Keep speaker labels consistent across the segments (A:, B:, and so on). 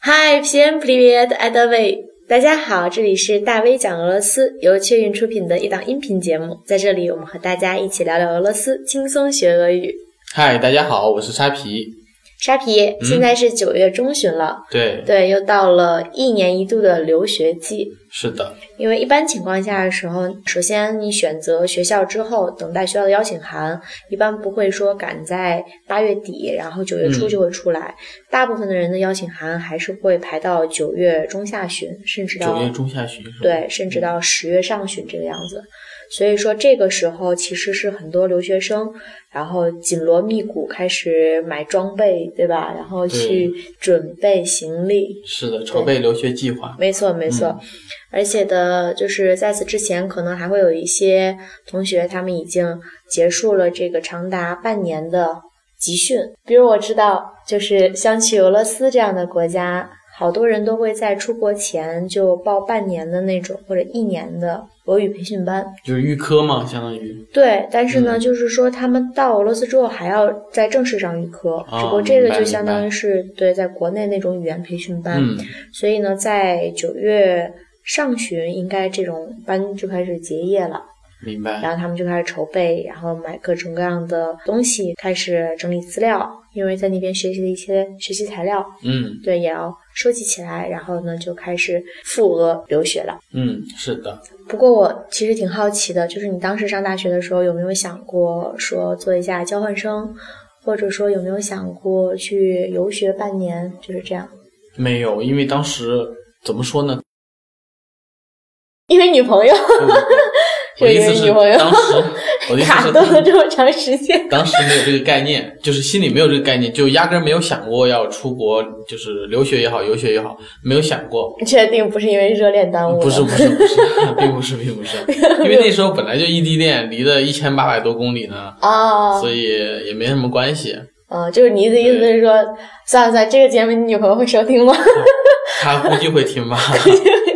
A: 嗨，PM Привет, I d a v 大家好，这里是大 V 讲俄罗斯，由雀韵出品的一档音频节目。在这里，我们和大家一起聊聊俄罗斯，轻松学俄语。
B: 嗨，大家好，我是沙皮。
A: 沙皮，
B: 嗯
A: 现在是九月中旬了，
B: 对，
A: 对，又到了一年一度的留学季。
B: 是的，
A: 因为一般情况下的时候，首先你选择学校之后，等待学校的邀请函，一般不会说赶在八月底，然后九月初
B: 嗯
A: 就会出来。大部分的人的邀请函还是会排到九月中下旬，甚至到
B: 九月中下旬是吧？
A: 对，甚至到十月上旬这个样子。所以说，这个时候其实是很多留学生，然后紧锣密鼓开始买装备，对吧？然后去准备行李，
B: 是的，筹备留学计划。
A: 没错，没
B: 嗯
A: 错。而且的，就是在此之前，可能还会有一些同学，他们已经结束了这个长达半年的集训。比如我知道，就是像去俄罗斯这样的国家，好多人都会在出国前就报半年的那种或者一年的俄语培训班。
B: 就是预科嘛，相当于
A: 对，但是呢，
B: 嗯
A: 就是说他们到俄罗斯之后还要在正式上预科，
B: 啊
A: 只不过这个
B: 明白
A: 就相当
B: 明
A: 于
B: 白
A: 是对在国内那种语言培训班。
B: 嗯，
A: 所以呢，在九月上旬，应该这种班就开始结业了，
B: 明白。
A: 然后他们就开始筹备，然后买各种各样的东西，开始整理资料，因为在那边学习的一些学习材料，
B: 嗯
A: 对，也要收集起来，然后呢，就开始赴俄留学了。
B: 嗯，是的。
A: 不过我其实挺好奇的，就是你当时上大学的时候，有没有想过说做一下交换生，或者说有没有想过去游学半年，就是这样？
B: 没有，因为当时怎么说呢？
A: 因为女朋友。
B: 嗯 我的意思
A: 这个
B: 是，
A: 女朋友
B: 当时 我的意
A: 卡顿
B: 思
A: 了
B: 是，
A: 这么长时间。
B: 当时没有这个概念，就是心里没有这个概念，就压根儿没有想过要出国，就是留学也好，游学也好，没有想过。
A: 确定不是因为热恋耽误了？
B: 不是不是不是， 并不是 并不是，因为那时候本来就异地恋，离了一千八百多公里呢，
A: 啊，
B: 所以也没什么关系。
A: 啊，就是你的意思是说，算了算了，这个节目你女朋友会收听吗？
B: 他估计会听吧，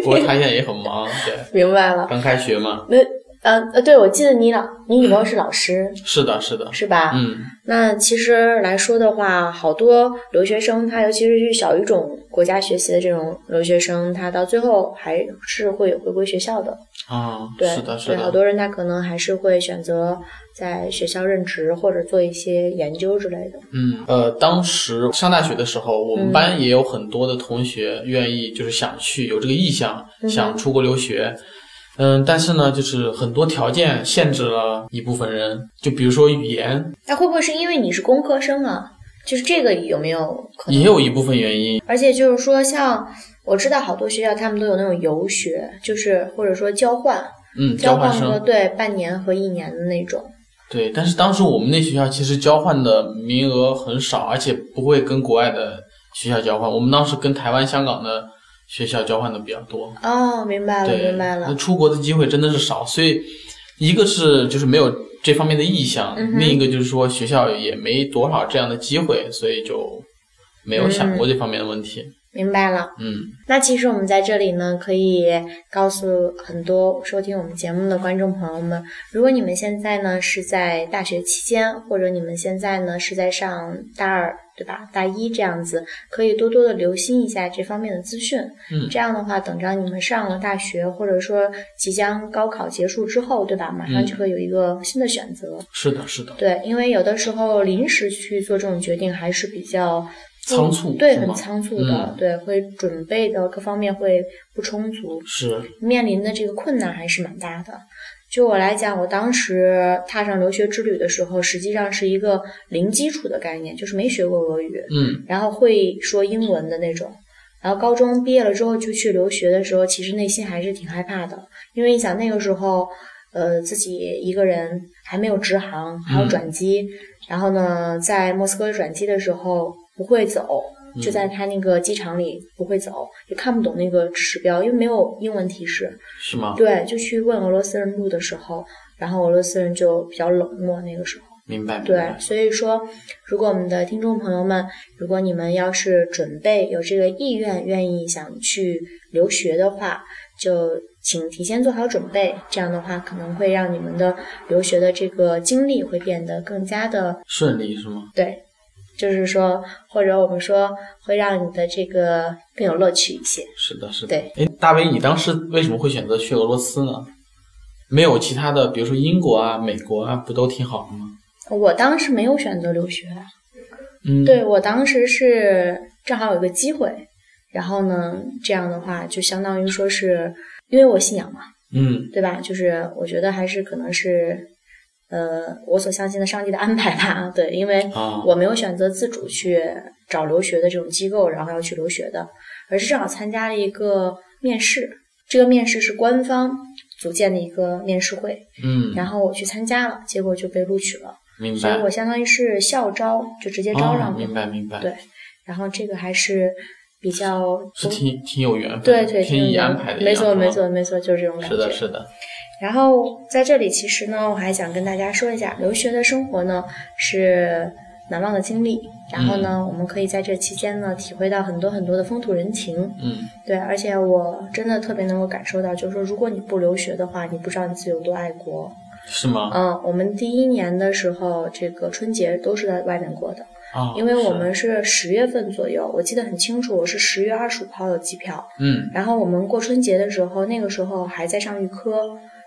B: 不过他现在也很忙，对，
A: 明白了。
B: 刚开学嘛。
A: 那呃呃，对，我记得你老你女朋友是老师、
B: 是的，是的，
A: 是啊吧？
B: 嗯，
A: 那其实来说的话，好多留学生他尤其是去小语种国家学习的这种留学生，他到最后还是会回归学校的。
B: 啊，
A: 对，
B: 是的，是
A: 对，好
B: 的，
A: 多人他可能还是会选择在学校任职或者做一些研究之类的。
B: 嗯，呃，当时上大学的时候，我们
A: 嗯
B: 班也有很多的同学愿意，就是想去有这个意向，
A: 嗯
B: 想出国留学。嗯，但是呢，就是很多条件限制了一部分人，就比如说语言，
A: 那会不会是因为你是工科生啊？就是这个有没有可能？
B: 也有一部分原因。
A: 而且就是说像，我知道好多学校他们都有那种游学，就是或者说交换，
B: 嗯，
A: 交
B: 交
A: 换
B: 换
A: 个
B: 生
A: 对半年和一年的那种。
B: 对，但是当时我们那学校其实交换的名额很少，而且不会跟国外的学校交换。我们当时跟台湾、香港的学校交换的比较多。
A: 哦，明白了，
B: 对，
A: 明白
B: 那
A: 了。
B: 出国的机会真的是少，所以一个是就是没有这方面的意向，
A: 嗯哼
B: 另一个就是说学校也没多少这样的机会，所以就没有想
A: 嗯
B: 过这方面的问题。
A: 明白了。
B: 嗯，
A: 那其实我们在这里呢，可以告诉很多收听我们节目的观众朋友们，如果你们现在呢是在大学期间，或者你们现在呢是在上大二，对吧？大一这样子，可以多多的留心一下这方面的资讯。
B: 嗯
A: 这样的话，等着你们上了大学，或者说即将高考结束之后，对吧？马上
B: 嗯
A: 就会有一个新的选择。
B: 是的，是的，
A: 对，因为有的时候临时去做这种决定还是比较嗯
B: 仓促
A: 对，
B: 是
A: 很
B: 吗
A: 仓促的，
B: 嗯
A: 对，会准备的各方面会不充足，
B: 是，
A: 面临的这个困难还是蛮大的。就我来讲，我当时踏上留学之旅的时候，实际上是一个零基础的概念，就是没学过俄语，
B: 嗯，
A: 然后会说英文的那种。然后高中毕业了之后就去留学的时候，其实内心还是挺害怕的，因为你想那个时候，呃，自己一个人还没有直航，还有
B: 嗯
A: 转机，然后呢，在莫斯科转机的时候不会走，
B: 嗯
A: 就在他那个机场里不会走，也看不懂那个指示标，因为没有英文提示。
B: 是吗？
A: 对，就去问俄罗斯人路的时候，然后俄罗斯人就比较冷漠，那个时候。
B: 明白，明
A: 对，
B: 白，
A: 所以说，如果我们的听众朋友们，如果你们要是准备有这个意愿，愿意想去留学的话，就请提前做好准备。这样的话，可能会让你们的留学的这个经历会变得更加的
B: 顺利是吗？
A: 对。就是说，或者我们说会让你的这个更有乐趣一些。
B: 是的，是的。
A: 对，
B: 哎，大卫，你当时为什么会选择去俄罗斯呢？没有其他的，比如说英国啊、美国啊，不都挺好的吗？
A: 我当时没有选择留学，
B: 嗯，，
A: 对我当时是正好有个机会，然后呢，这样的话就相当于说是因为我信仰嘛，
B: 嗯，
A: 对吧？就是我觉得还是可能是，呃，我所相信的上帝的安排吧。对，因为
B: 啊，
A: 我没有选择自主去找留学的这种机构，然后要去留学的，而是正好参加了一个面试，这个面试是官方组建的一个面试会，
B: 嗯，
A: 然后我去参加了，结果就被录取了，
B: 明
A: 所以
B: 白，
A: 我相当于是校招，就直接招
B: 哦
A: 上去
B: 明
A: 了。
B: 白明白，
A: 对然后这个还是比较
B: 是挺挺有缘分，
A: 对对，挺
B: 天意
A: 有
B: 安排的一
A: 没
B: 样，
A: 错
B: 是吧
A: 没，错没错，就是这种感觉。
B: 是的，是的，
A: 然后在这里，其实呢，我还想跟大家说一下，留学的生活呢是难忘的经历。然后呢，
B: 嗯
A: 我们可以在这期间呢，体会到很多很多的风土人情。
B: 嗯，
A: 对，而且我真的特别能够感受到，就是说，如果你不留学的话，你不知道你自己有多爱国。
B: 是吗？
A: 嗯，我们第一年的时候，这个春节都是在外面过的，
B: 啊，
A: 呃因为我
B: 是
A: 们是十月份左右，我记得很清楚，我是十月二十五号有机票，
B: 嗯
A: 然后我们过春节的时候，那个时候还在上预科，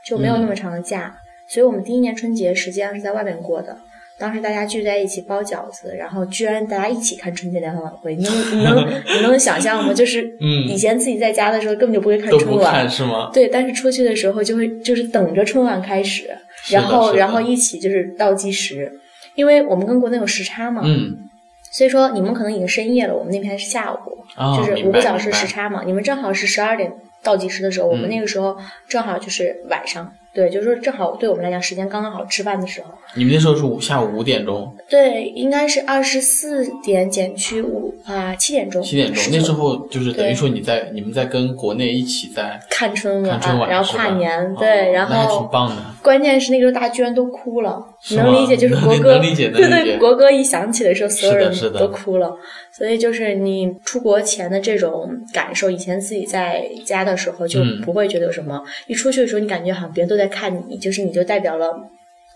A: 就没有
B: 嗯
A: 那么长的假，所以我们第一年春节实际上是在外面过的。当时大家聚在一起包饺子，然后居然大家一起看春节联欢晚会，你能你能 你能想象吗？就是以
B: 嗯，
A: 前自己在家的时候根本就不会看
B: 都
A: 春
B: 不
A: 晚，
B: 看是吗？
A: 对，但是出去的时候就会就是等着春晚开始，
B: 是的
A: 啊然后
B: 是的
A: 然后一起就是倒计时，因为我们跟国内有时差嘛，
B: 嗯，
A: 所以说你们可能已经深夜了，我们那边是下午，
B: 啊，
A: 就是
B: 明
A: 五
B: 白
A: 个小时
B: 明白
A: 时差嘛，你们正好是十二点倒计时的时候，我们
B: 嗯
A: 那个时候正好就是晚上，对，就是说正好对我们来讲时间刚刚好吃饭的时候，
B: 你们那时候是午下午五点钟、
A: 对，应该是二十四点减去五啊七点钟，
B: 七点钟，那时候就是等于
A: 对
B: 说你在你们在跟国内一起在
A: 看春晚，啊
B: 看春晚
A: 然后
B: 是吧
A: 跨年，
B: 哦
A: 对，然
B: 那还挺
A: 后。
B: 棒的，
A: 关键是那个时候大家居然都哭了，
B: 是
A: 你能
B: 吗
A: 理解就是
B: 能
A: 国
B: 理
A: 歌，
B: 能理解能
A: 对
B: 理解
A: 对，国歌一响起的时候，所有
B: 是的
A: 人
B: 是的
A: 都哭了。所以就是你出国前的这种感受，以前自己在家的时候就
B: 嗯
A: 不会觉得有什么，一出去的时候你感觉好像别人都在看你，就是你就代表了。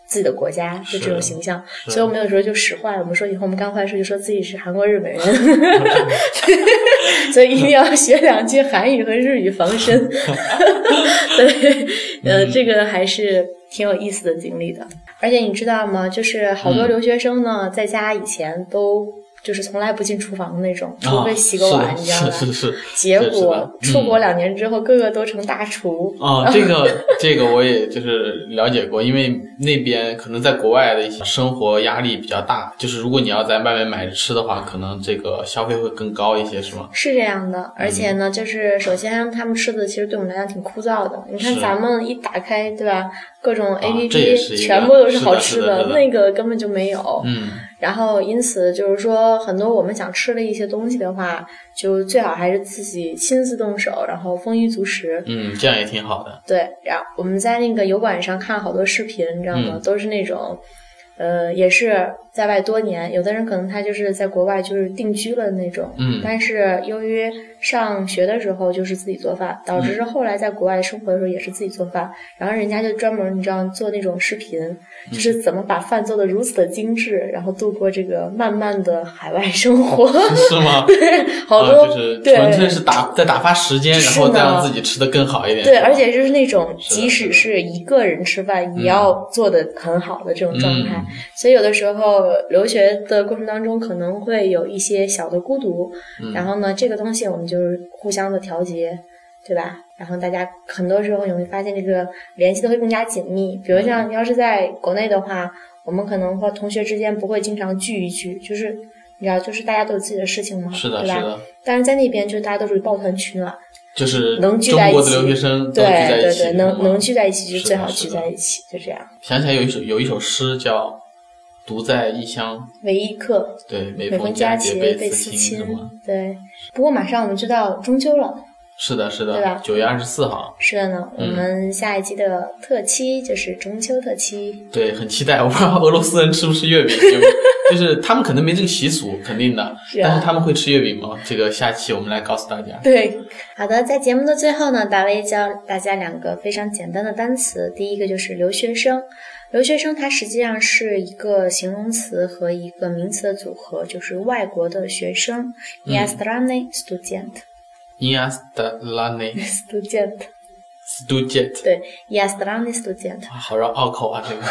A: 自己的国家就是这种形象，
B: 是
A: 所以我们有时候就使坏。我们说以后我们刚回来的时候就说自己是韩国日本人， 所以一定要学两句韩语和日语防身。 对，
B: 嗯
A: 呃，这个还是挺有意思的经历的。而且你知道吗？就是好多
B: 嗯
A: 留学生呢，在家以前都就是从来不进厨房的那种，除
B: 啊，
A: 非洗个碗，你知道
B: 是
A: 吧
B: 的？是是是
A: 结
B: 是的
A: 果
B: 嗯
A: 出国两年之后，个个都成大厨。
B: 啊，这个这个我也就是了解过，因为那边可能在国外的一些生活压力比较大，就是如果你要在外面买着吃的话，可能这个消费会更高一些，是吗？
A: 是这样的，而且
B: 嗯
A: 呢，就是首先他们吃的其实对我们来讲挺枯燥的。你看
B: 是
A: 咱们一打开，对吧？各种
B: 啊这也
A: APP
B: 是一个
A: 全部都
B: 是的
A: 好
B: 是
A: 吃
B: 的是的
A: 那个根本就没有。
B: 嗯，
A: 然后因此就是说，很多我们想吃的一些东西的话，就最好还是自己亲自动手，然后丰衣足食。
B: 嗯，这样也挺好的。
A: 对，然后我们在那个油管上看好多视频，你知道吗？
B: 嗯
A: 都是那种，呃，也是在外多年，有的人可能他就是在国外就是定居了那种。
B: 嗯，
A: 但是由于上学的时候就是自己做饭，导致是后来在国外生活的时候也是自己做饭，然后人家就专门你知道做那种视频，
B: 嗯
A: 就是怎么把饭做的如此的精致，然后度过这个漫漫的海外生 活，
B: 是 吗？
A: 好多、
B: 啊、就是
A: 对
B: 纯粹是打在打发时间，然
A: 是
B: 后再
A: 呢
B: 让自己吃的更好一点。
A: 对，
B: 是吧
A: 而且就是那种
B: 是的啊
A: 即使是一个人吃饭，也要做的很好的这种状态。
B: 嗯
A: 所以有的时候留学的过程当中可能会有一些小的孤独，
B: 嗯
A: 然后呢，这个东西我们就是互相的调节，对吧？然后大家很多时候你会发现这个联系的会更加紧密。比如
B: 嗯
A: 像要是在国内的话，我们可能和同学之间不会经常聚一聚，就是你知道，就是大家都有自己的事情嘛，
B: 是的，
A: 对
B: 是
A: 吧？
B: 的，
A: 但是在那边就是大家都属于抱团取暖。
B: 就是
A: 能聚
B: 中
A: 在一
B: 国的
A: 起
B: 留学生都聚
A: 对
B: 在一
A: 对
B: 起，
A: 对，
B: 是
A: 能
B: 吗
A: 能聚在一起
B: 是
A: 就最
B: 的
A: 好
B: 是
A: 聚
B: 的
A: 在一起，就这样。
B: 想起来有一首有一首诗叫《独在异乡》，
A: 唯一课，
B: 对，每
A: 每
B: 逢
A: 逢佳
B: 节
A: 节
B: 倍
A: 倍
B: 思
A: 思
B: 亲，是吗？
A: 对。不过马上我们就到中秋了，
B: 是的，是
A: 对
B: 的
A: 吧，
B: 九月二十四号，
A: 是的呢，我
B: 嗯
A: 们下一期的特期就是中秋特期。
B: 对，很期待。我不知道俄罗斯人吃不吃月饼，因为 就是他们可能没这个习俗，肯定的。
A: 是啊
B: 但是他们会吃月饼吗？这个下期我们来告诉大家。
A: 对，好的，在节目的最后呢，大卫教大家两个非常简单的单词，第一个就是留学生，留学生它实际上是一个形容词和一个名词的组合，就是外国的学生
B: 嗯
A: i a s t r a n e student
B: Iastlaney
A: student，
B: student，
A: 对 i a s t r a n e student，
B: 啊好绕拗口啊，这个。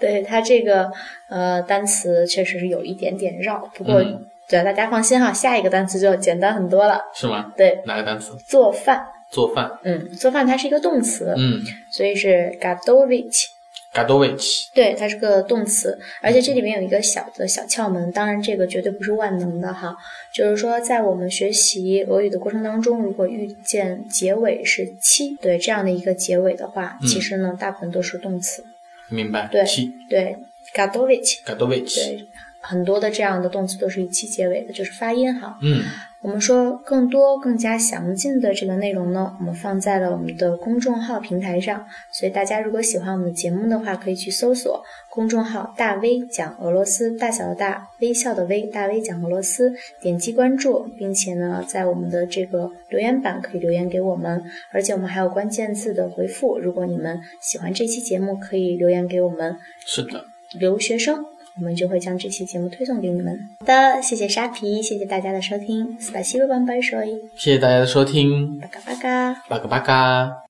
A: 对它这个呃单词确实是有一点点绕，不过
B: 嗯
A: 只要大家放心哈，下一个单词就简单很多了。
B: 是吗？
A: 对，
B: 哪个单词？
A: 做饭，
B: 做饭。
A: 嗯，做饭它是一个动词，
B: 嗯
A: 所以是 g a d o v i c
B: g a d o v i c
A: 对，它是个动词，而且这里面有一个小的小窍门，当然这个绝对不是万能的哈，就是说在我们学习俄语的过程当中，如果遇见结尾是七，对这样的一个结尾的话，
B: 嗯
A: 其实呢大部分都是动词，
B: 明白。
A: 对
B: 七
A: 对 g a d o v i c
B: g a d o v i c
A: 对，很多的这样的动词都是以七结尾的，就是发音哈。
B: 嗯，
A: 我们说更多、更加详尽的这个内容呢，我们放在了我们的公众号平台上，所以大家如果喜欢我们的节目的话，可以去搜索公众号“大 V 讲俄罗斯”，大小的大，微笑的微，大 V 讲俄罗斯，点击关注，并且呢，在我们的这个留言板可以留言给我们，而且我们还有关键字的回复，如果你们喜欢这期节目，可以留言给我们
B: 是的，
A: 留学生。我们就会将这期节目推送给你们。好的，谢谢沙皮，谢谢大家的收听，斯巴西鲁班拜说。
B: 谢谢大家的收听，
A: 巴嘎巴嘎。
B: 巴嘎巴嘎。